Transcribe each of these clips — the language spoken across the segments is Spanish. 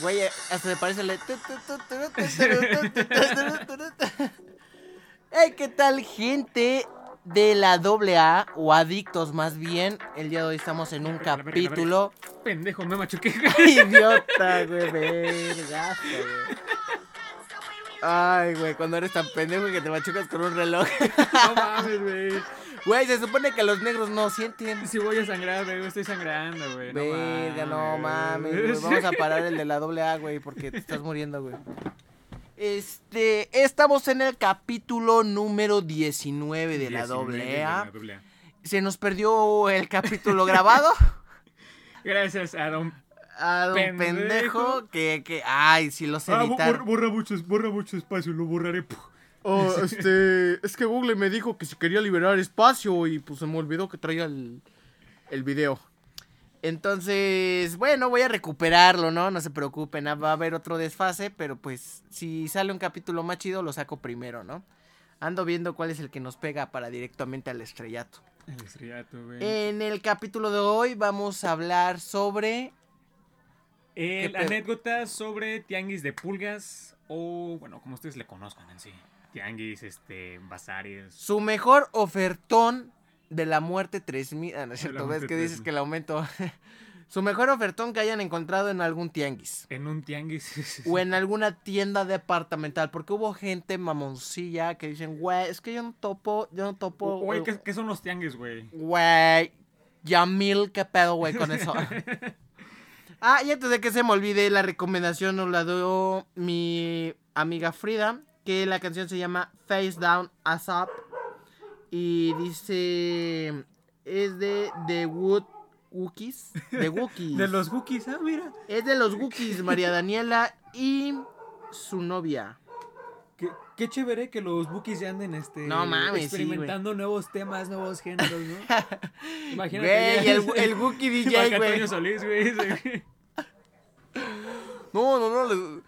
Güey, eh, hasta me parece el. Hey, ¿qué tal, gente de la AA o adictos más bien? El día de hoy estamos en un A ver, a ver, a ver. capítulo. Pendejo, me machuqué. Idiota, güey, vergazo, güey. Ay, güey, cuando eres tan pendejo que te machucas con un reloj. No mames, güey. Güey, se supone que los negros no sienten. Si voy a sangrar, güey, estoy sangrando, güey. No Verga, no mames. güey. güey. Vamos a parar el de la doble A, güey, porque te estás muriendo, güey. Este, estamos en el capítulo número 19 de la 19 de doble ¿eh? la A. doble A. Se nos perdió el capítulo grabado. Gracias a don. A don pendejo, Pendejo. que, que, ay, si los Ah, bu- borra, editaron. borra mucho, borra mucho espacio, lo borraré. Puh. Oh, este, es que Google me dijo que si quería liberar espacio y pues se me olvidó que traía el, el video. Entonces, bueno, voy a recuperarlo, ¿no? No se preocupen, ah, va a haber otro desfase, pero pues si sale un capítulo más chido, lo saco primero, ¿no? Ando viendo cuál es el que nos pega para directamente al estrellato. El estrellato, güey. En el capítulo de hoy vamos a hablar sobre... El ¿Qué pedo? Eh, anécdota sobre tianguis de pulgas o, bueno, como ustedes le conozcan en sí. Tianguis, este, bazares. Su mejor ofertón de la muerte 3000. Ah, no es De la cierto, ves muerte que dices 3000. que el aumento. Su mejor ofertón que hayan encontrado en algún tianguis. En un tianguis. O en alguna tienda departamental. Porque hubo gente mamoncilla que dicen, güey, es que yo no topo, yo no topo. Güey, eh, ¿qué, qué son los tianguis, güey? Güey, Yamil, qué pedo, güey, con eso. ah, y antes de que se me olvide, la recomendación nos la dio mi amiga Frida, que la canción se llama Face Down As Up. Y dice, es de The Wood Wookies. De Wookies. De los Wookiees, ah, mira. Es de los Wookies, María Daniela y su novia. Qué, qué chévere que los Wookiees ya anden este, No mames, sí, experimentando nuevos temas, nuevos géneros, ¿no? Imagínate. Güey, ya- el, el Wookie DJ, Imagínate a güey. Toño Solís, güey. ese- No, no, no. le-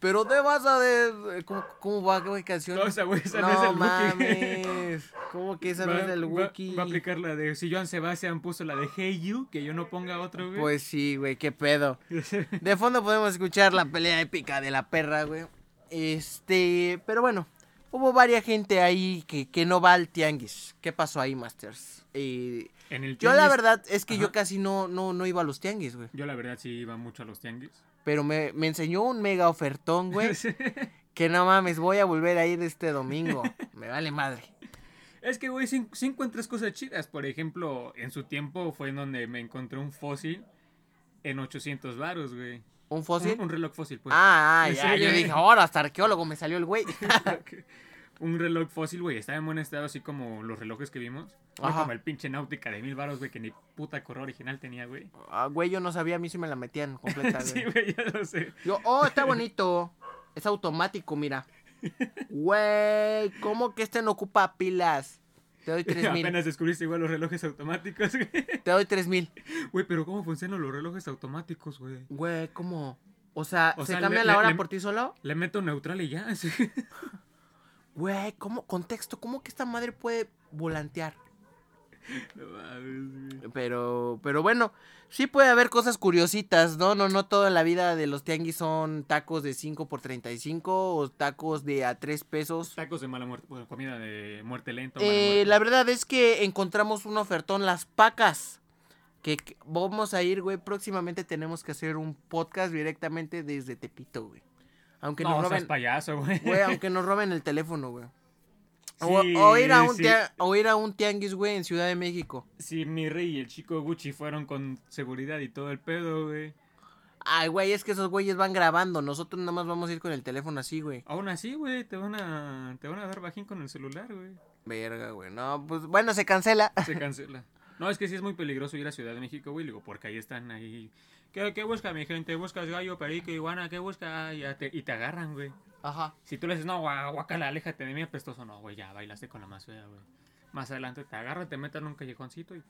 Pero te vas a de. ¿Cómo, cómo va, güey, canción? No, esa güey, esa no es el Wookiee. mames. ¿Cómo que esa no Va- es el va- Wookiee? Va, a aplicar la de. Si Joan Sebastián puso la de Hey You, que yo no ponga otro, güey. Pues sí, güey, qué pedo. De fondo podemos escuchar la pelea épica de la perra, güey. Este, pero bueno, hubo varias gente ahí que, que no va al tianguis. ¿Qué pasó ahí, Masters? Eh, En el yo la tianguis- verdad es que yo Ajá. casi no, no, no iba a los tianguis, güey. Yo la verdad sí iba mucho a los tianguis. Pero me, me enseñó un mega ofertón, güey. es Que no mames, voy a volver a ir este domingo. Me vale madre. que, güey, sí, sí encuentras cosas chidas. Por ejemplo, en su tiempo fue en donde me encontré un fósil en 800 varos, güey. ¿Un fósil? Un, un reloj fósil, pues. Ah, ah, Sí, ya, yo güey. dije, ahora hasta arqueólogo me salió el güey. un reloj fósil, güey. Estaba en buen estado, así como los relojes que vimos. No Ajá. como el pinche náutica de mil varos, güey, que ni puta correo original tenía, güey. Ah, güey, yo no sabía, a mí sí me la metían completa, Sí, güey. güey, ya lo sé. Yo, oh, está bonito. Es automático, mira. Güey, ¿cómo que este no ocupa pilas? Te doy tres mil. Apenas descubriste igual los relojes automáticos, güey. Te doy tres mil. Güey, pero ¿cómo funcionan los relojes automáticos, güey? Güey, ¿cómo? O sea, O ¿se sea, cambia le- la le- hora le- por ti solo? Le meto neutral y ya. sí. Güey, ¿cómo? Contexto, ¿cómo que esta madre puede volantear? No mames, güey. Pero, pero bueno, sí puede haber cosas curiositas, ¿no? No, no toda la vida de los tianguis son tacos de 5 por 35 o tacos de a 3 pesos. Tacos de mala muerte, bueno, comida de muerte lenta. o mala Eh, muerte. la verdad es que encontramos un ofertón, las pacas. Que que vamos a ir, güey. Próximamente tenemos que hacer un podcast directamente desde Tepito, güey. Aunque no, nos seas roben. payaso, güey. Güey, aunque nos roben el teléfono, güey. O, Sí, o ir a un sí. tia- o ir a un tianguis, güey, en Ciudad de México. Si mi rey y el chico Gucci fueron con seguridad y todo el pedo, güey. Ay, güey, es que esos güeyes van grabando. Nosotros nada más vamos a ir con el teléfono así, güey. Aún así, güey, te van a te van a dar bajín con el celular, güey. Verga, güey. No, pues bueno, se cancela. Se cancela. No, es que sí es muy peligroso ir a Ciudad de México, güey, digo, porque ahí están ahí. ¿Qué, qué busca mi gente? ¿Buscas gallo, perico, iguana? ¿Qué busca? Y ya te, y te agarran, güey. Ajá. Si tú le dices, no, gua- guácala, aléjate de mí, apestoso. No, güey, ya bailaste con la más fea, güey. Más adelante te agarran, te meten en un callejoncito y...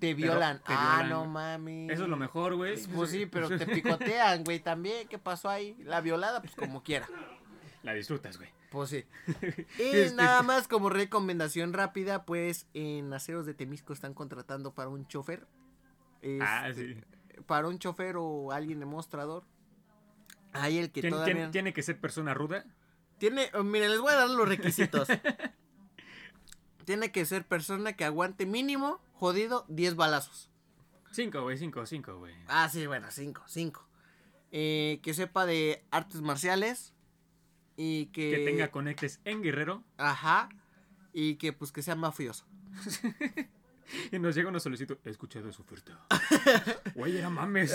Te violan. te ah, violan, no güey. mami. Eso es lo mejor, güey. Pues sí, pero te picotean, güey, también. ¿Qué pasó ahí? La violada, pues como quiera. La disfrutas, güey. Pues sí. Es Y que- nada más como recomendación rápida, pues en Aceros de Temisco están contratando para un chofer. Ah, Este, sí. para un chofer o alguien demostrador. Hay el que ¿Tien- todavía... tien- tiene que ser persona ruda. Tiene, oh, miren, les voy a dar los requisitos. Tiene que ser persona que aguante mínimo, jodido, 10 balazos. Cinco, güey, cinco, cinco, güey. Ah, sí, bueno, 5, 5. que sepa de artes marciales y que... Que tenga conectes en Guerrero. Ajá. Y que pues que sea mafioso. Y nos llega una solicitud. He escuchado su oferta. Güey, era mames.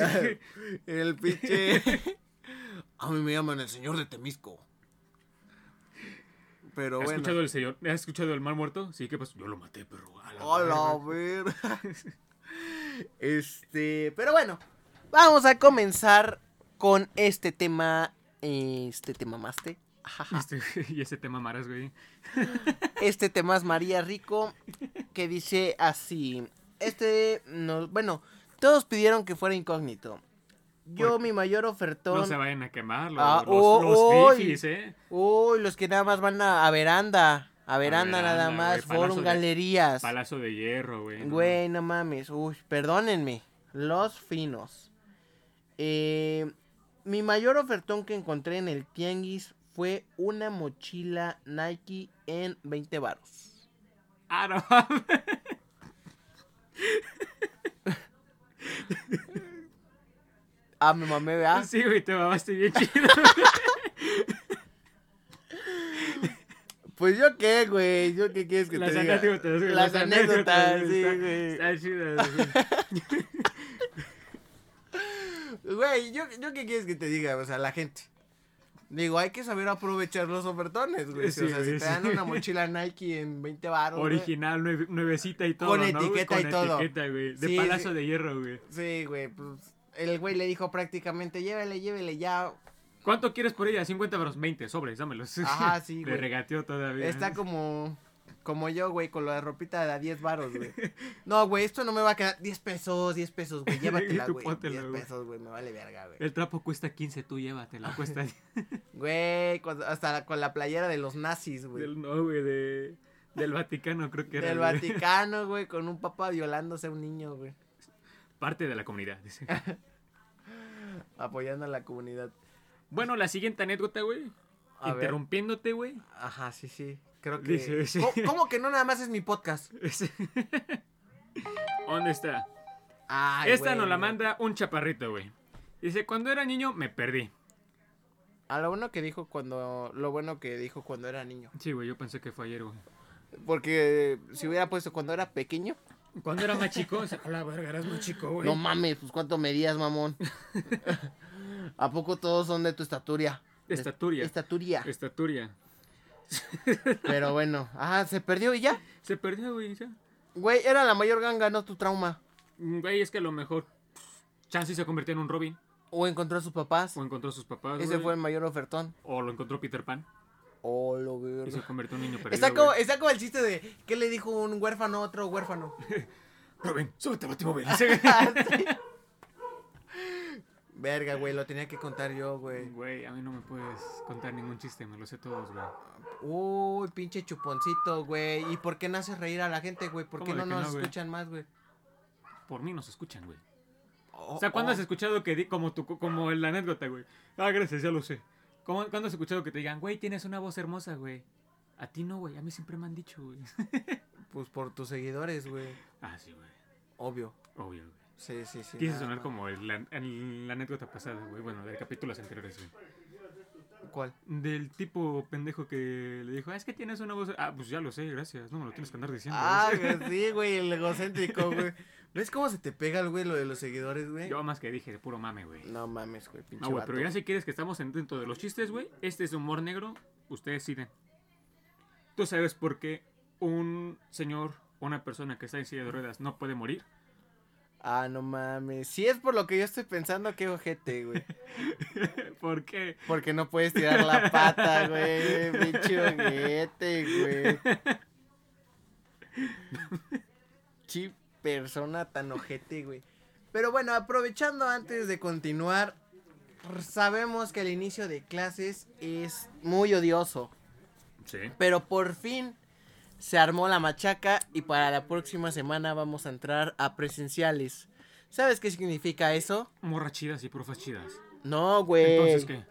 El pinche... a mí me llaman el señor de Temisco. Pero ¿Has bueno. escuchado el señor? ¿Has escuchado el mal muerto? Sí, ¿qué pasó? Yo lo maté, perro. A la Hola, verga. ver. este, pero bueno, vamos a comenzar con este tema. Este tema maste. Este- y ese tema maras, güey. Este tema es María Rico, que dice así. Este, no, bueno, todos pidieron que fuera incógnito. Yo, Porque mi mayor ofertón. No se vayan a quemar los, Ah, los, oh, los oh, fifis, ¿eh? Uy, los que nada más van a, a veranda. A veranda, nada veranda, más. güey, palazo Forum de- Galerías. Palazo de hierro, güey. ¿no? Güey, no mames. Uy, perdónenme. Los finos. Eh, mi mayor ofertón que encontré en el Tianguis fue una mochila Nike en 20 baros. Ah, no mames. Ah, me mamé, ¿verdad? Sí, güey, te mamaste bien chido. Pues yo qué, güey. Yo qué quieres que Las te diga. anécdotas, güey. Las anécdotas, sí, está- güey. Está chidas, güey. Güey, yo, yo qué quieres que te diga, o sea, la gente. Digo, hay que saber aprovechar los ofertones, güey. Sí, o sea, si güey, te sí. dan una mochila Nike en 20 baros. güey. Original, nueve- nuevecita y todo. Con ¿no, güey? etiqueta Con y todo. etiqueta, güey. De Sí, palazo sí. de hierro, güey. Sí, güey, pues el güey le dijo prácticamente, llévele, llévele ya. ¿Cuánto quieres por ella? 50 varos, 20, sobres, dámelos. Ajá, sí, güey. Le regateó todavía. Está como como yo, güey, con la ropita de a 10 varos, güey. No, güey, esto no me va a quedar 10 pesos, 10 pesos, güey, llévatela, Tú güey. póntela, 10 güey. pesos, güey, me vale verga, güey. El trapo cuesta 15, tú llévatela. Cuesta. Güey, cuando- hasta la- con la playera de los nazis, güey. del, no, güey, de, del Vaticano, creo que era. Del güey. Vaticano, güey, con un papá violándose a un niño, güey. Parte de la comunidad. dice. Apoyando a la comunidad. Bueno, la siguiente anécdota, güey. A ver. Interrumpiéndote, güey. Ajá, sí, sí. Creo que. Dice, sí. ¿Cómo, cómo que no nada más es mi podcast? Es- ¿Dónde está? Ay, Esta güey, nos la mira. manda un chaparrito, güey. Dice, cuando era niño me perdí. A lo bueno que dijo cuando. Lo bueno que dijo cuando era niño. Sí, güey, yo pensé que fue ayer, güey. Porque eh, si hubiera puesto cuando era pequeño. Cuando era más chico, o sea, a la verga, eras más chico, güey. No mames, pues cuánto medías, mamón. ¿A poco todos son de tu estatura? Estaturia. Estaturia. Estaturia. Pero bueno. Ajá, se perdió y ya. Se perdió, güey, ya. Güey, era la mayor ganga, no tu trauma. Mm, Güey, es que a lo mejor Chansey se convirtió en un Robin. O encontró a sus papás. O encontró a sus papás. Ese güey, fue el mayor ofertón. O lo encontró Peter Pan. Oh, lo verga. Y se convirtió en un niño perdido. Está como, güey. está como el chiste de ¿qué le dijo un huérfano a otro huérfano? Ah, Robin, súbete a Batimóvil. Ese güey. Verga, güey, lo tenía que contar yo, güey. Güey, a mí no me puedes contar ningún chiste, me lo sé todos, güey. Uy, pinche chuponcito, güey. ¿Y por qué no haces reír a la gente, güey? ¿Por qué no ¿Cómo de que nos no, güey? escuchan más, güey? Por mí nos escuchan, güey. Oh, O sea, ¿cuándo oh. has escuchado que di como tu, como la anécdota, güey? Ah, gracias, ya lo sé. ¿Cómo- ¿Cuándo has escuchado que te digan, güey, tienes una voz hermosa, güey? A ti no, güey, a mí siempre me han dicho, güey. Pues por tus seguidores, güey. Ah, sí, güey. Obvio. Obvio, güey. Sí, sí, sí. Quise nada sonar más. como el- la, el- la anécdota pasada, güey. Bueno, de capítulos anteriores, güey. ¿Cuál? Del tipo pendejo que le dijo, "Ah, es que tienes una voz. Ah, pues ya lo sé, gracias. No me lo tienes que andar diciendo. Ah, güey. güey, sí, güey, el egocéntrico, güey. ¿Ves cómo se te pega el güey lo de los seguidores, güey? Yo más que dije, puro mame, güey. No mames, güey, pinche No, güey, pero vato. ya si quieres que estamos en- dentro de los chistes, güey. Este es humor negro, ustedes deciden. ¿Tú sabes por qué un señor o una persona que está en silla de ruedas no puede morir? Ah, no mames. Si es por lo que yo estoy pensando, qué ojete, güey. Porque Porque no puedes tirar la pata, güey. Pinche ojete, güey. Chi persona tan ojete, güey. Pero bueno, aprovechando antes de continuar, sabemos que el inicio de clases es muy odioso. Sí. Pero por fin se armó la machaca y para la próxima semana vamos a entrar a presenciales. ¿Sabes qué significa eso? Morras chidas y profas chidas. No, güey. Entonces, ¿qué?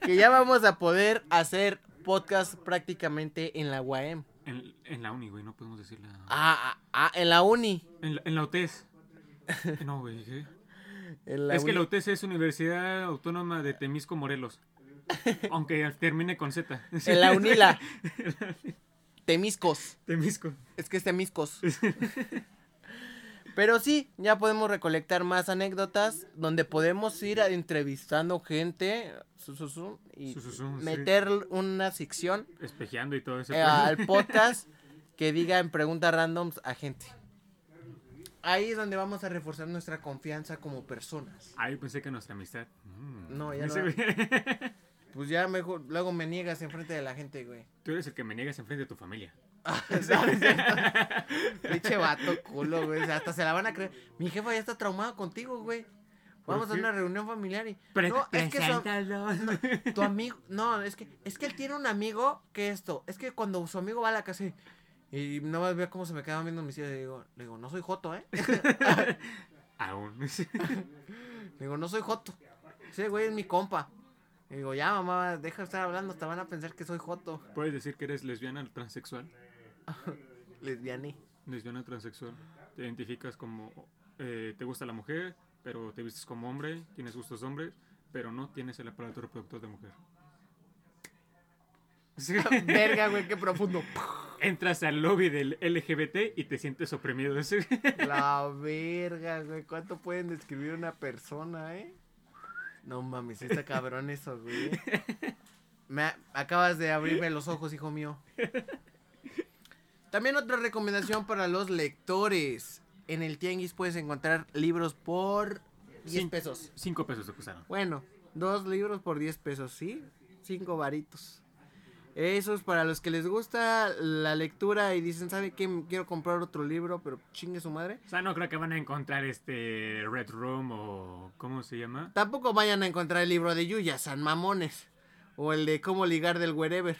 Que ya vamos a poder hacer podcast prácticamente en la UAM. En, en la uni, güey, no podemos decir la... Ah, ah, ah, en la uni. En la, en la UTES. No, güey, ¿qué? En la es que uni. la UTES es Universidad Autónoma de Temisco Morelos. Aunque termine con Z. En la UNILA. Temiscos. Temisco. Es que es temiscos. Pero sí, ya podemos recolectar más anécdotas donde podemos ir a- entrevistando gente su, su, su, y Su, su, su, sí. meter una sección Espejeando y todo eso. eh, al podcast que diga en preguntas randoms a gente. Ahí es donde vamos a reforzar nuestra confianza como personas. Ay, pensé que nuestra amistad. Mm. No, ya Ese no. güey- Pues ya mejor, luego me niegas enfrente de la gente, güey. Tú eres el que me niegas enfrente de tu familia. Pinche vato culo, güey. O sea, hasta se la van a creer. Mi jefa ya está traumada contigo, güey. ¿Por Vamos a qué? una reunión familiar y. Pre- no, es que su, preséntalos. tu amigo. No, es que, es que él tiene un amigo que esto. Es que cuando su amigo va a la casa y. Y nomás veo cómo se me quedan viendo mis hijos. Le digo, le digo, no soy Joto, ¿eh? Aún. Le digo, no soy Joto. Ese güey es mi compa. Le digo, ya, mamá, deja de estar hablando. Hasta van a pensar que soy Joto. ¿Puedes decir que eres lesbiana o transexual? Lesbianí. Lesbiana transexual. Te identificas como. eh, te gusta la mujer, pero te vistes como hombre, tienes gustos de hombre, pero no tienes el aparato reproductor de mujer. Sí. Verga, güey, qué profundo. Entras al lobby del LGBT y te sientes oprimido. Sí. La verga, güey. ¿Cuánto pueden describir una persona, eh? No mames, está cabrón eso, güey. Me a- acabas de abrirme los ojos, hijo mío. También otra recomendación para los lectores. En el Tianguis puedes encontrar libros por 10 Cin- pesos. Cinco pesos te costaron. Bueno, dos libros por 10 pesos, ¿sí? Cinco varitos. Eso es para los que les gusta la lectura y dicen, ¿sabe qué? Quiero comprar otro libro, pero chingue su madre. O sea, no creo que van a encontrar este Red Room o. ¿Cómo se llama? Tampoco vayan a encontrar el libro de Yuya, San Mamones. O el de Cómo ligar del wherever.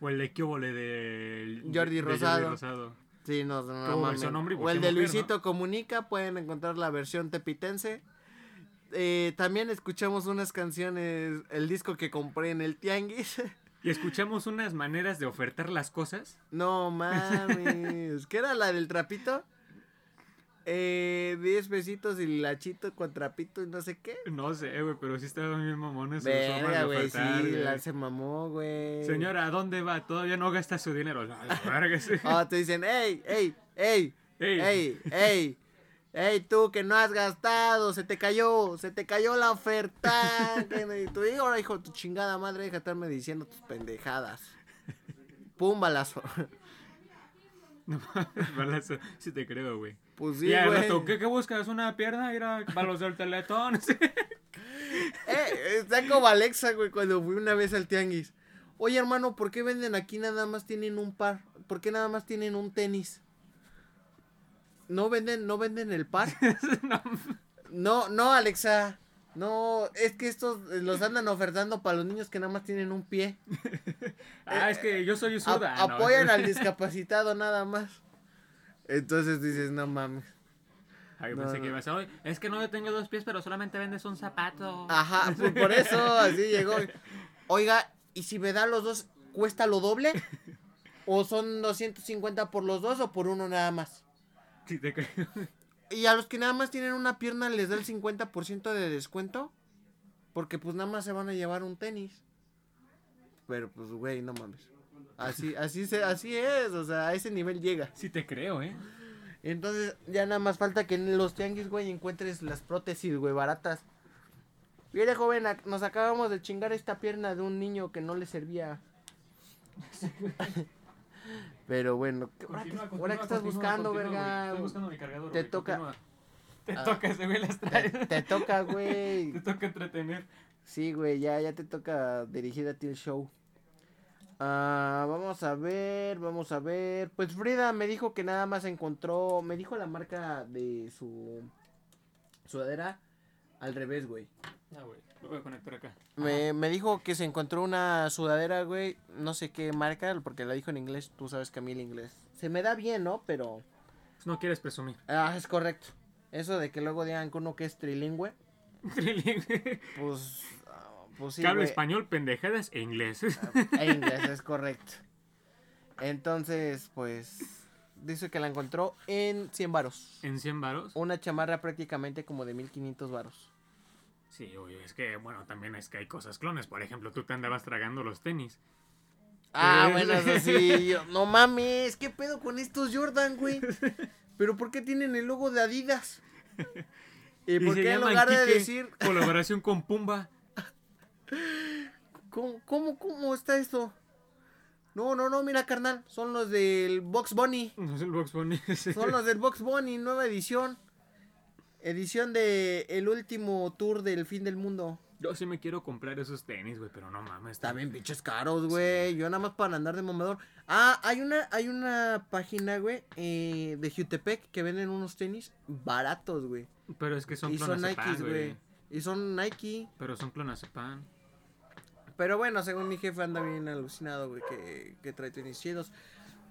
O el de Kyobole de Jordi Rosado. Rosado. Sí, no, no, no Tuvo mames. versión hombre y O el versión de mujer, Luisito Comunica, pueden encontrar la versión tepitense. Eh, también escuchamos unas canciones, el disco que compré en el Tianguis. Y escuchamos unas maneras de ofertar las cosas. No mames. ¿Qué era la del trapito? Eh, 10 pesitos y lachito con trapito y no sé qué. No sé, güey, pero sí estaban bien mamones. sus formas Verga, de güey, sí, ofertar, güey. la se mamó, güey. Señora, ¿a dónde va? Todavía no gasta su dinero. La verga, sí. Ah, te dicen, ey, ey, ey, Ey. ey, ey, ey, tú que no has gastado, se te cayó, se te cayó la oferta. que no- Y tú, y ahora hijo, de tu chingada madre, deja de estarme diciendo tus pendejadas. Pum, balazo. No mames, balazo. Sí te creo, güey. Pues sí, Y al güey. rato, ¿qué, qué buscas? ¿Una pierna? Ir a balos del teletón. Sí. Eh, está como Alexa, güey, cuando fui una vez al tianguis. Oye, hermano, ¿por qué venden aquí nada más tienen un par? ¿Por qué nada más tienen un tenis? ¿No venden, no venden el par? no. no, Alexa. No, es que estos eh, los andan ofertando para los niños que nada más tienen un pie. Ah, es que yo soy A- zurda. Ah, no. eh, apoyan al discapacitado nada más. Entonces dices, no mames. Ay, No, pensé no. que ibas a "Oye, Es que no tengo dos pies, pero solamente vendes un zapato. Ajá, pues por eso así llegó. Oiga, ¿y si me dan los dos, cuesta lo doble? ¿O son 250 por los dos o por uno nada más? Sí te creo. Y a los que nada más tienen una pierna les da el 50% de descuento. Porque pues nada más se van a llevar un tenis. Pero pues güey, no mames. Así, así se, así es, o sea, a ese nivel llega. Sí te creo, ¿eh? Entonces, ya nada más falta que en los tianguis, güey, encuentres las prótesis, güey, baratas. Mire, joven, ac- nos acabamos de chingar esta pierna de un niño que no le servía. Pero bueno, ¿qué- ahora, que, ahora que estás buscando, verga, mi cargador. Te güey, toca- continúa. Te Ah. toca, ese güey las trae. te, te toca, güey. Te toca entretener. Sí, güey, ya, ya te toca dirigir a ti el show. Ah, vamos a ver, vamos a ver. Pues Frida me dijo que nada más encontró, me dijo la marca de su sudadera al revés, güey. Ah, güey. Lo voy a conectar acá. Me, me dijo que se encontró una sudadera, güey, no sé qué marca, porque la dijo en inglés, tú sabes que a mí el inglés. Se me da bien, ¿no? Pero... Pues No quieres presumir. Ah, es correcto. Eso de que luego digan que uno que es trilingüe, Trilingüe. pues, ah, pues sí, que habla güey. español, pendejadas e inglés. E inglés, es correcto. Entonces, pues, dice que la encontró en 100 varos. ¿En 100 varos? Una chamarra prácticamente como de 1500 varos. Sí, obvio, es que, bueno, también es que hay cosas clones. Por ejemplo, tú te andabas tragando los tenis. Ah, Eh. bueno, eso sí. yo- no mames, ¿qué pedo con estos Jordan, güey? ¿Pero por qué tienen el logo de Adidas? ¿Y por se qué en llaman lugar de Quique, decir, Colaboración con Pumba. ¿cómo, cómo, cómo está esto? No, no, no, mira, carnal, son los del Box Bunny. No sé, el Box Bunny. Son los del Box Bunny, nueva edición. Edición de el último tour del fin del mundo. Yo sí me quiero comprar esos tenis, güey, pero no mames. Está bien pinches caros, güey. Yo nada más para andar de mamador. Ah, hay una, hay una página, güey, eh, de Jutepec que venden unos tenis baratos, güey. Pero es que son Y son clonas de pan, Nikes, güey. güey. Y son Nike. Pero son clonas de pan. Pero bueno, según mi jefe anda bien alucinado, güey, que, que trae tenis chidos.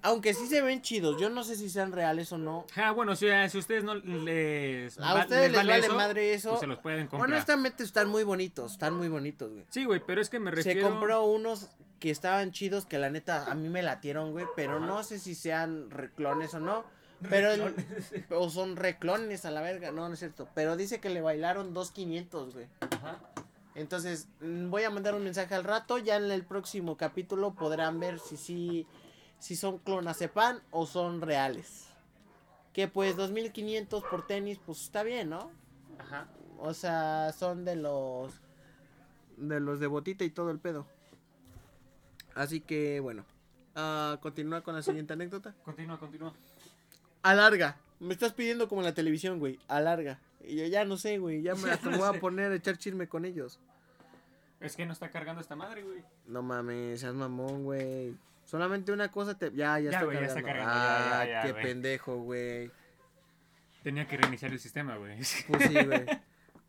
Aunque sí se ven chidos. Yo no sé si sean reales o no. Ah, bueno, si a si ustedes no les. A va- ustedes les vale, eso, madre eso. pues se los pueden comprar. Honestamente están muy bonitos, están muy bonitos, güey. Sí, güey, pero es que me Se refiero. compró unos que estaban chidos que la neta a mí me latieron, güey, pero no sé si sean reclones o no. Pero el- o son reclones a la verga, no, no es cierto. Pero dice que le bailaron 2500, güey. Entonces, mm, voy a mandar un mensaje al rato, ya en el próximo capítulo podrán ver si sí si son clonacepan o son reales. Que pues 2500 por tenis, pues está bien, ¿no? Ajá. O sea, son de los. De los de botita y todo el pedo. Así que, bueno. Ah, continúa con la siguiente anécdota. Continúa, continúa. Alarga. Me estás pidiendo como en la televisión, güey. Alarga. Y yo ya no sé, güey. Ya me hasta me voy a poner a echar chisme con ellos. Es que no está cargando esta madre, güey. No mames, seas mamón, güey. Solamente una cosa te. Ya, ya, Ya, está, güey, ya cargando. está cargando, ya, Ah, ya, ya, qué güey. pendejo, güey. Tenía que reiniciar el sistema, güey. Pues sí, güey.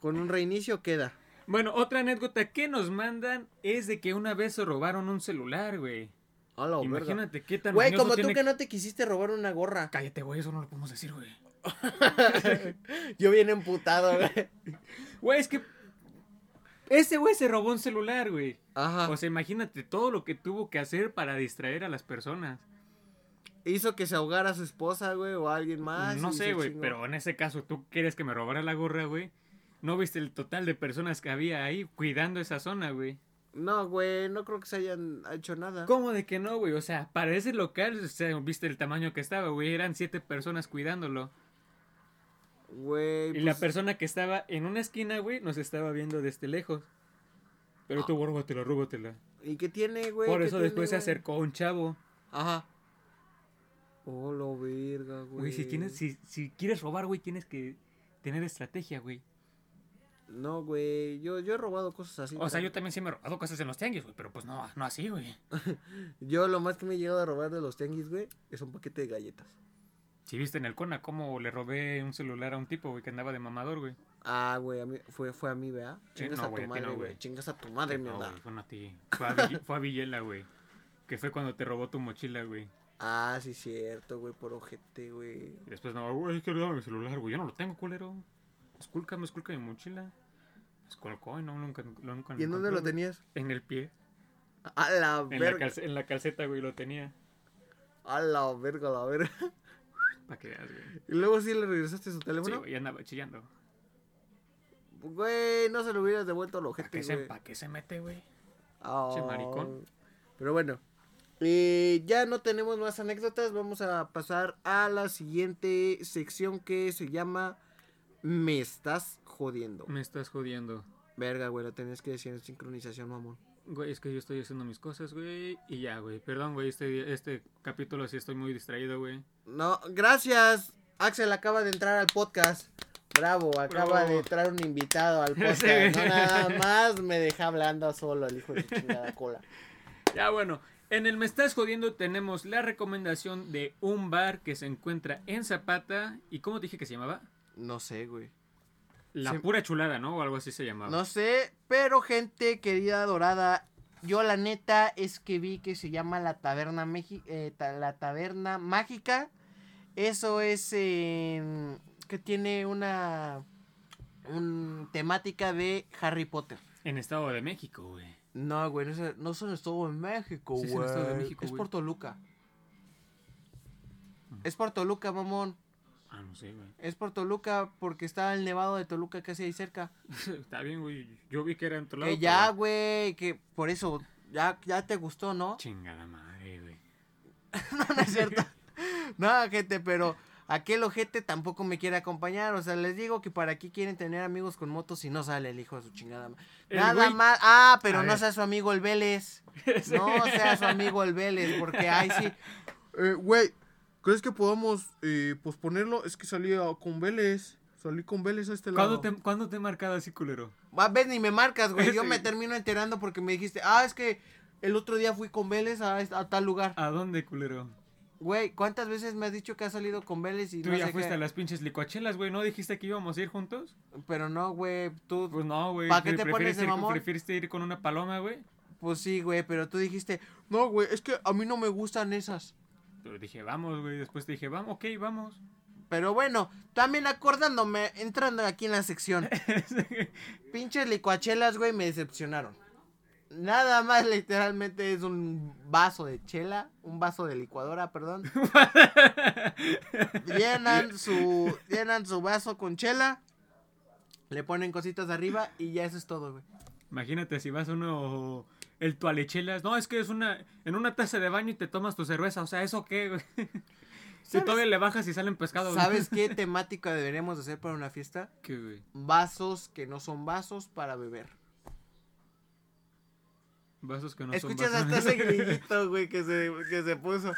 Con un reinicio queda. Bueno, otra anécdota que nos mandan es de que una vez se robaron un celular, güey. A la Oh, verga. Imagínate qué tan Güey, mañoso como tú tiene que no te quisiste robar una gorra. Cállate, güey, eso no lo podemos decir, güey. Yo bien emputado, güey. Güey, es que ese güey se robó un celular, güey. Ajá. O sea, imagínate todo lo que tuvo que hacer para distraer a las personas. Hizo que se ahogara su esposa, güey, o alguien más. no y sé, Ah, se güey, chingó. pero en ese caso tú quieres que me robara la gorra, güey. No viste el total de personas que había ahí cuidando esa zona, güey. No, güey, no creo que se hayan hecho nada. ¿Cómo de que no, güey? O sea, para ese local, o sea, viste el tamaño que estaba, güey. Eran siete personas cuidándolo. Güey, Y pues, la persona que estaba en una esquina, güey, nos estaba viendo desde lejos. Pero tú, róbatela, róbatela. ¿Y qué tiene, güey? Por ¿Qué eso tiene, después se güey? acercó un chavo. Ajá. Oh, lo verga, güey. Güey, si, tienes, si, si quieres robar, güey, tienes que tener estrategia, güey. No, güey, yo, yo he robado cosas así. O sea, pero- yo también sí me he robado cosas en los tianguis, güey, pero pues no, no así, güey. Yo lo más que me he llegado a robar de los tianguis, güey, es un paquete de galletas. Si viste en el Cona cómo le robé un celular a un tipo, güey, que andaba de mamador, güey. Ah, güey, a mí, fue, fue a mí, ¿verdad? Sí, Chingas no, a güey, a tu ti madre, no, güey. güey. Chingas a tu madre, No, mierda. Ah, güey, fue no a ti. Fue a, Vill- fue a Villela, güey. Que fue cuando te robó tu mochila, güey. Ah, sí, cierto, güey, por ojete, güey. Y después, no, güey, es que dame mi celular, güey. Yo no lo tengo, culero. Esculca, me esculca mi mochila. Esculcó y no, nunca, nunca. ¿Y en dónde lo encontré, güey. tenías? En el pie. A la En la, verga. calce- en la calceta, güey, lo tenía. A la verga, a la verga. Para que veas, güey. Y luego sí le regresaste su Sí, teléfono. güey, andaba chillando. Güey, no se lo hubieras devuelto al ¿Para ojete, qué, se, güey. pa' qué se mete, güey? Ah. Che, maricón. Pero bueno. eh, ya no tenemos más anécdotas. Vamos a pasar a la siguiente sección que se llama Me estás jodiendo. Me estás jodiendo. Verga, güey, lo tenías que decir en sincronización, mamón. Güey, es que yo estoy haciendo mis cosas, güey. Y ya, güey. Perdón, güey, este, este capítulo sí estoy muy distraído, güey. No, gracias. Axel acaba de entrar al podcast. Bravo, acaba Bravo. de entrar un invitado al podcast. Sí. No, nada más me deja hablando solo el hijo de su chingada cola. Ya, bueno. En el Me Estás Jodiendo tenemos la recomendación de un bar que se encuentra en Zapata. ¿Y cómo te dije que se llamaba? No sé, güey. La Sí. Pura Chulada, ¿no? O algo así se llamaba. No sé, pero gente querida dorada, yo la neta es que vi que se llama la taberna Meji- eh, ta- la taberna mágica. Eso es en que tiene una un, temática de Harry Potter. En Estado de México, güey. No, güey, no es, no es en Estado de México, güey. Sí es en Estado de México, es güey. por Toluca. Es por Toluca, mamón. Ah, no sé, güey. Es por Toluca porque está el nevado de Toluca casi ahí cerca. Está bien, güey. Yo vi que era en otro lado. que ya, pero- güey, que por eso, ya, ya te gustó, ¿no? Chingada madre, güey. no es cierto. No, gente, pero aquel ojete tampoco me quiere acompañar. O sea, les digo que para aquí quieren tener amigos con motos y no sale el hijo de su chingada. ma- El Nada güey- más. Ah, pero A no ver. sea su amigo el Vélez. No sea su amigo el Vélez, porque ahí sí. Eh, güey, ¿crees que podamos eh, posponerlo? Es que salí a- con Vélez. Salí con Vélez a este lado. ¿Cuándo te, ¿Cuándo te he marcado así, culero? A ver, ni me marcas, güey. Yo Sí. me termino enterando porque me dijiste, ah, es que el otro día fui con Vélez a, est- a tal lugar. ¿A dónde, culero? Güey, ¿cuántas veces me has dicho que has salido con Vélez y Tú no ya sé fuiste qué? a las pinches licuachelas, güey. ¿No dijiste que íbamos a ir juntos? Pero no, güey, tú Pues no, güey. ¿Pa' qué te Prefieres pones de ir con- mamón? Prefieriste ir con una paloma, güey. Pues sí, güey, pero tú dijiste, no, güey, es que a mí no me gustan esas. Pero dije, vamos, güey. Después te dije, vamos, ok, vamos. Pero bueno, también acordándome, entrando aquí en la sección, pinches licuachelas, güey, me decepcionaron. Nada más literalmente es un vaso de chela, un vaso de licuadora, perdón. llenan su llenan su vaso con chela, le ponen cositas arriba y ya eso es todo, güey. Imagínate si vas a uno. El tualechelas. No, es que es una. En una taza de baño y te tomas tu cerveza. O sea, ¿eso qué, güey? Si ¿Sabes? todavía le bajas y salen pescados. ¿Sabes qué temática deberíamos hacer para una fiesta? ¿Qué, güey? Vasos que no son vasos para beber. Vasos que no Escuchas son vasos. hasta ese grillito, güey, que se, que se puso.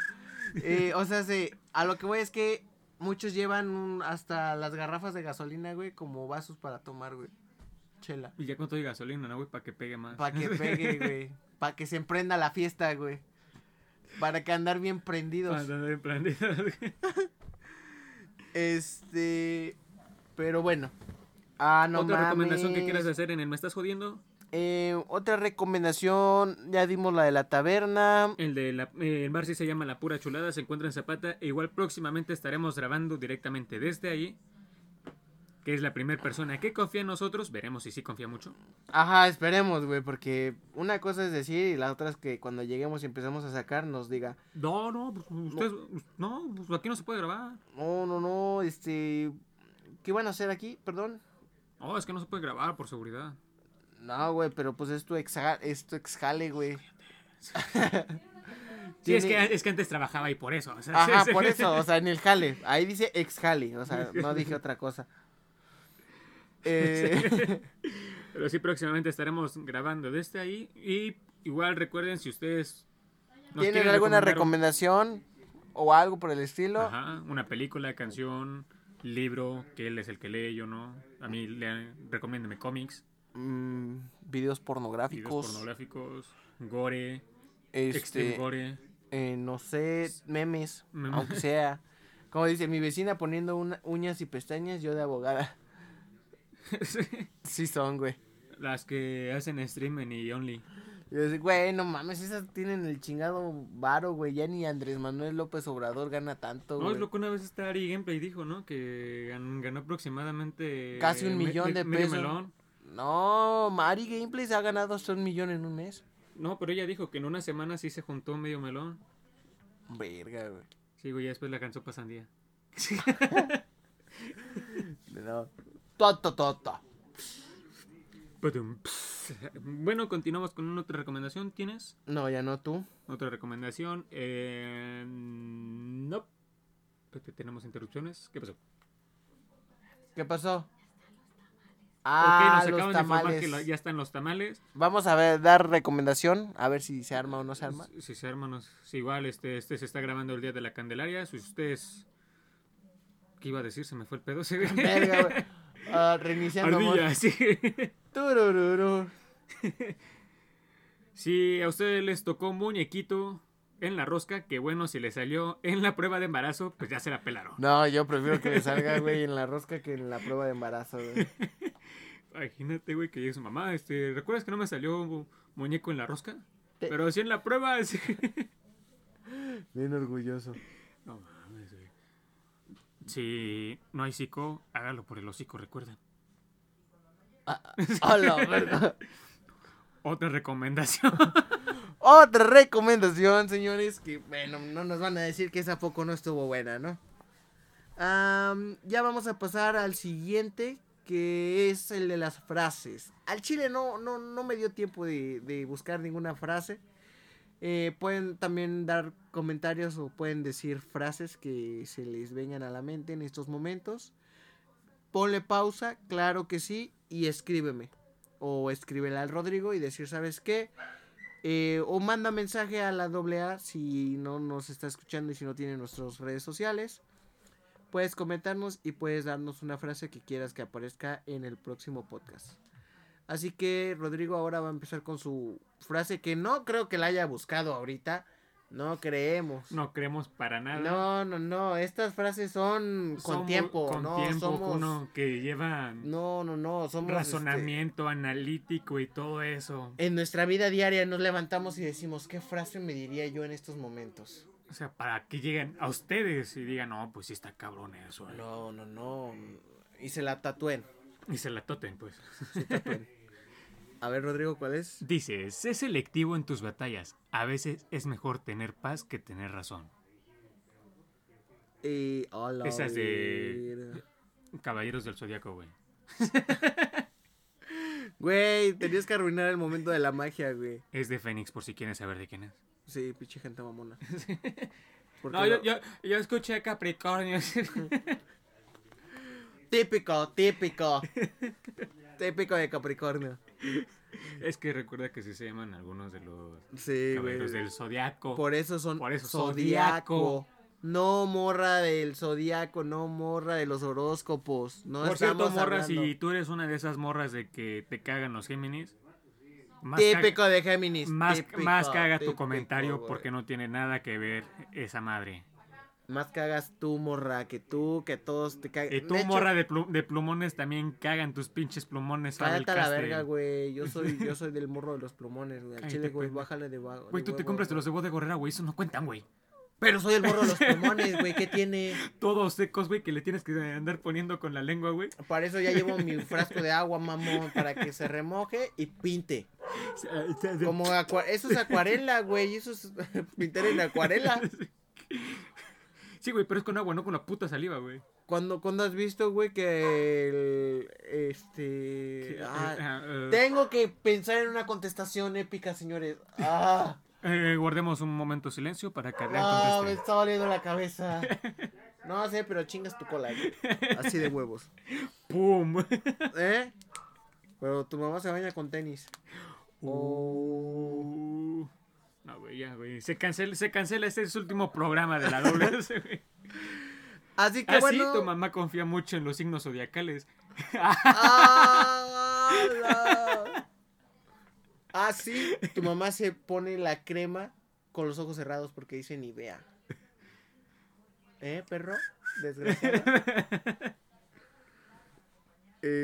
Eh, o sea, se, a lo que voy es que muchos llevan un- hasta las garrafas de gasolina, güey, como vasos para tomar, güey. Chela. Y ya con todo y gasolina, ¿no, güey? Para que pegue más. Para que pegue, güey. Para que se emprenda la fiesta, güey. Para que andar bien Para prendidos. andar en prendidas, güey. Este. Pero bueno. Ah, no ¿Otra recomendación que mames. quieras hacer en el Me Estás Jodiendo? Eh, otra recomendación. Ya dimos la de la taberna. El de la, eh, el bar sí se llama La Pura Chulada, se encuentra en Zapata. E igual próximamente estaremos grabando directamente desde ahí. Que es la primera persona que confía en nosotros. Veremos si sí confía mucho. Ajá, esperemos, güey, porque una cosa es decir y la otra es que cuando lleguemos y empezamos a sacar nos diga, No, no, pues ustedes. us- No, pues aquí no se puede grabar. no, no, no, este, ¿qué van a hacer aquí? Perdón. No, es que no se puede grabar por seguridad. No, güey, pero pues es tu ex, es tu ex jale, güey. Sí, es que, Tiene- es que antes trabajaba y por eso. o sea, Ajá, sí, sí. por eso, o sea, en el jale. Ahí dice ex jale, o sea, no dije otra cosa. Eh, Pero sí, próximamente estaremos grabando desde ahí. Y igual recuerden si ustedes. nos ¿Tienen quieren alguna recomendar un- recomendación o algo por el estilo? Ajá, una película, canción, libro, que él es el que lee, yo no. A mí le recomiéndeme cómics, Mm, videos videos pornográficos. pornográficos, gore, extreme este, gore. eh, no sé, memes, Memes. aunque sea. Como dice mi vecina poniendo una- uñas y pestañas, yo de abogada. Sí son, güey. Las que hacen streaming y only. Yo decía, güey, no mames, esas tienen el chingado varo, güey. Ya ni Andrés Manuel López Obrador gana tanto, No, güey. es lo que una vez está Ari Gameplay dijo, ¿no? Que gan- ganó aproximadamente... Casi un me- millón me- de medio pesos. melón. No, Mari Gameplay se ha ganado hasta un millón en un mes. No, pero ella dijo que en una semana sí se juntó medio melón. Verga, güey. Sí, güey, ya después la cansó pasandía. No. Toto, toto. Patum, ps. Bueno, continuamos con una otra recomendación. ¿Tienes? No, ya no tú. Otra recomendación. eh, no. Espérate, Tenemos interrupciones. ¿Qué pasó? ¿Qué pasó? Ok, Ah, nos acaban los de informar tamales. que la- ya están los tamales. Vamos a ver, dar recomendación, a ver si se arma o no se arma. Si se arman, nos- si igual este, este se está grabando el día de la Candelaria. Si ustedes. ¿Qué iba a decir? Se me fue el pedo. Se Verga, güey. Ah, reiniciando. amor. Ardilla, sí. Turururu. Si a ustedes les tocó un muñequito en la rosca, que bueno, si les salió en la prueba de embarazo, pues ya se la pelaron. No, yo prefiero que le salga, güey, en la rosca que en la prueba de embarazo, güey. Imagínate, güey, que llegue su mamá. Este, ¿Recuerdas que no me salió mu- muñeco en la rosca? Te- Pero sí en la prueba. sí. Bien orgulloso. No mames, güey. Si no hay psico, hágalo por el hocico, recuerden. A la verga. Otra recomendación. Otra recomendación, señores, que bueno, no nos van a decir que esa poco no estuvo buena, ¿no? Am, ya vamos a pasar al siguiente, que es el de las frases. Al chile no, no, no me dio tiempo de, de buscar ninguna frase. Eh, pueden también dar comentarios o pueden decir frases que se les vengan a la mente en estos momentos. Ponle pausa, claro que sí, y escríbeme. O escríbela al Rodrigo y decir, ¿sabes qué? Eh, o manda mensaje a la AA si no nos está escuchando y si no tiene nuestras redes sociales. Puedes comentarnos y puedes darnos una frase que quieras que aparezca en el próximo podcast. Así que Rodrigo ahora va a empezar con su frase que no creo que la haya buscado ahorita. No creemos. No creemos para nada. No, no, no. Estas frases son con Somos- tiempo. Con no, tiempo, somos. uno que lleva No, no, no. Somos. este, razonamiento analítico y todo eso. en nuestra vida diaria nos levantamos y decimos, ¿qué frase me diría yo en estos momentos? O sea, para que lleguen a ustedes y digan, no, pues sí está cabrón eso. eh". No, no, no. Y se la tatúen. Y se la toten, pues. A ver, Rodrigo, ¿cuál es? Dice, sé selectivo en tus batallas. A veces es mejor tener paz que tener razón. Eh, a la Esa es de- verga. Caballeros del Zodíaco, güey. Güey, tenías que arruinar el momento de la magia, güey. Es de Fénix, por si quieren saber de quién es. Sí, pinche gente mamona. Porque No, yo, lo- yo, yo escuché a Capricornio. Típico, típico. típico de Capricornio. es que recuerda que sí se llaman algunos de los Sí, güey. caballeros del Zodíaco. Por eso son Por eso, zodiaco. No morra del zodiaco, no morra de los horóscopos. No Por cierto, estamos morras, hablando. si tú eres una de esas morras de que te cagan los Géminis, más Típico caga, de Géminis. más, típico, más caga tu típico, comentario güey. porque no tiene nada que ver esa madre. Más cagas tú, morra, que tú, que todos te cagan. Y Eh, tú, Eh, De hecho, morra de, plu- de plumones, también cagan tus pinches plumones. Faber Cállate a la Castell. verga, güey. Yo soy, yo soy del morro de los plumones, güey. Al Cállate, chile, güey, pendejo. bájale de vago. Güey, tú te compras de los de voz de gorrera, güey. Eso no cuentan, güey. Pero soy el morro de los plumones, güey. ¿Qué tiene? Todos secos, güey, que le tienes que andar poniendo con la lengua, güey. Para eso ya llevo mi frasco de agua, mamón, para que se remoje y pinte. Como acua- eso es acuarela, güey. Eso es pintar en acuarela. Sí, güey, pero es con agua, no con la puta saliva, güey. Eh, ¿Cuándo, cuándo has visto, güey, que el. Este. ah, Ah, eh, tengo que pensar en una contestación épica, señores. Ah, eh, guardemos un momento de silencio para que Adrián ah, me conteste. está doliendo la cabeza. No sé, pero chingas tu cola, güey. Así de huevos. ¡Pum! ¿Eh? Pero tu mamá se baña con tenis. Oh. Uh. No, güey, ya, güey. Se cancela, se cancela este es el último programa de la doble. güey. Así que Ah, bueno. sí, tu mamá confía mucho en los signos zodiacales. ¡Hala! Ah, sí, tu mamá se pone la crema con los ojos cerrados porque dice ni vea. ¿Eh, perro? Desgraciado.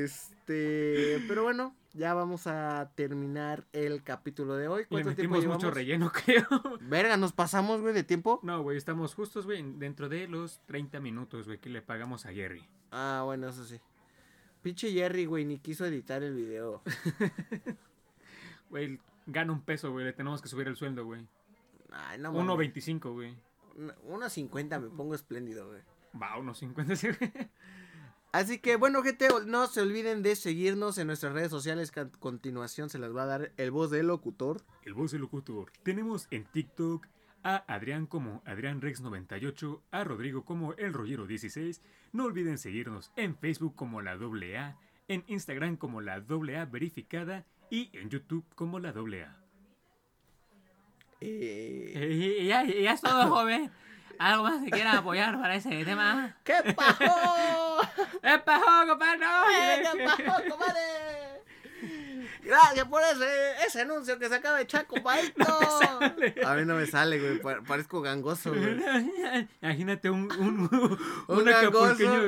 Este, pero bueno, ya vamos a terminar el capítulo de hoy. Le ¿Cuánto tiempo metimos llevamos? mucho relleno, creo. Verga, nos pasamos, güey, de tiempo. No, güey, estamos justos, güey, dentro de los 30 minutos, güey, que le pagamos a Jerry. Ah, bueno, eso sí. Pinche Jerry, güey, ni quiso editar el video. Güey, gana un peso, güey, le tenemos que subir el sueldo, güey. Ay, no mames. 1.25, güey. Una- Unos 50 me pongo espléndido, güey. Va, 1.50, sí, güey. Así que bueno, gente, no se olviden de seguirnos en nuestras redes sociales. Que a continuación se las va a dar el voz del locutor. El voz del locutor. Tenemos en TikTok a Adrián como AdriánRex98, a Rodrigo como El Rollero16. No olviden seguirnos en Facebook como la AA, en Instagram como la AA verificada y en YouTube como la AA. Eh, ya, ya es todo, joven. ¿Algo más que quieran apoyar para ese tema? ¡Qué pajo! ¡Epa, ¡Eh, ¡Qué compadre! pajo, compadre! Gracias por ese, ese anuncio que se acaba de echar, compadre. a mí no me sale, güey. pa- Parezco gangoso, güey. Imagínate un, un, un, Un acapulqueño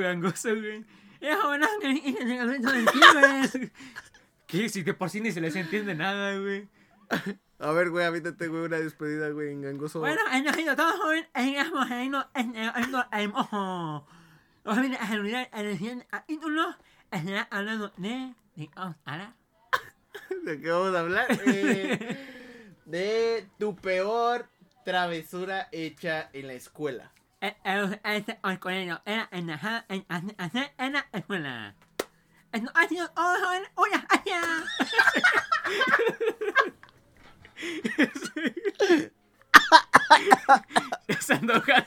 gangoso. gangoso, güey. Eh, joven, no, que- que- que- que- que- que- ¿Qué? Si de por sí ni se les entiende nada, güey. A ver, güey, avítate, güey, una despedida, güey, en gangoso. Bueno, ahí nos ha ido todo, joven. Ahí nos hemos ido, ahí nos- ahí nos hemos- Hoy vine a saludar a recién a ídolo. Estará hablando de. de vamos a hablar. ¿De qué vamos a hablar? Eh, de tu peor travesura hecha en la escuela. Eh, eh, Este oscorero era enojado en hace- hacer en la escuela. Esto ha sido todo sobre una área. Sandokan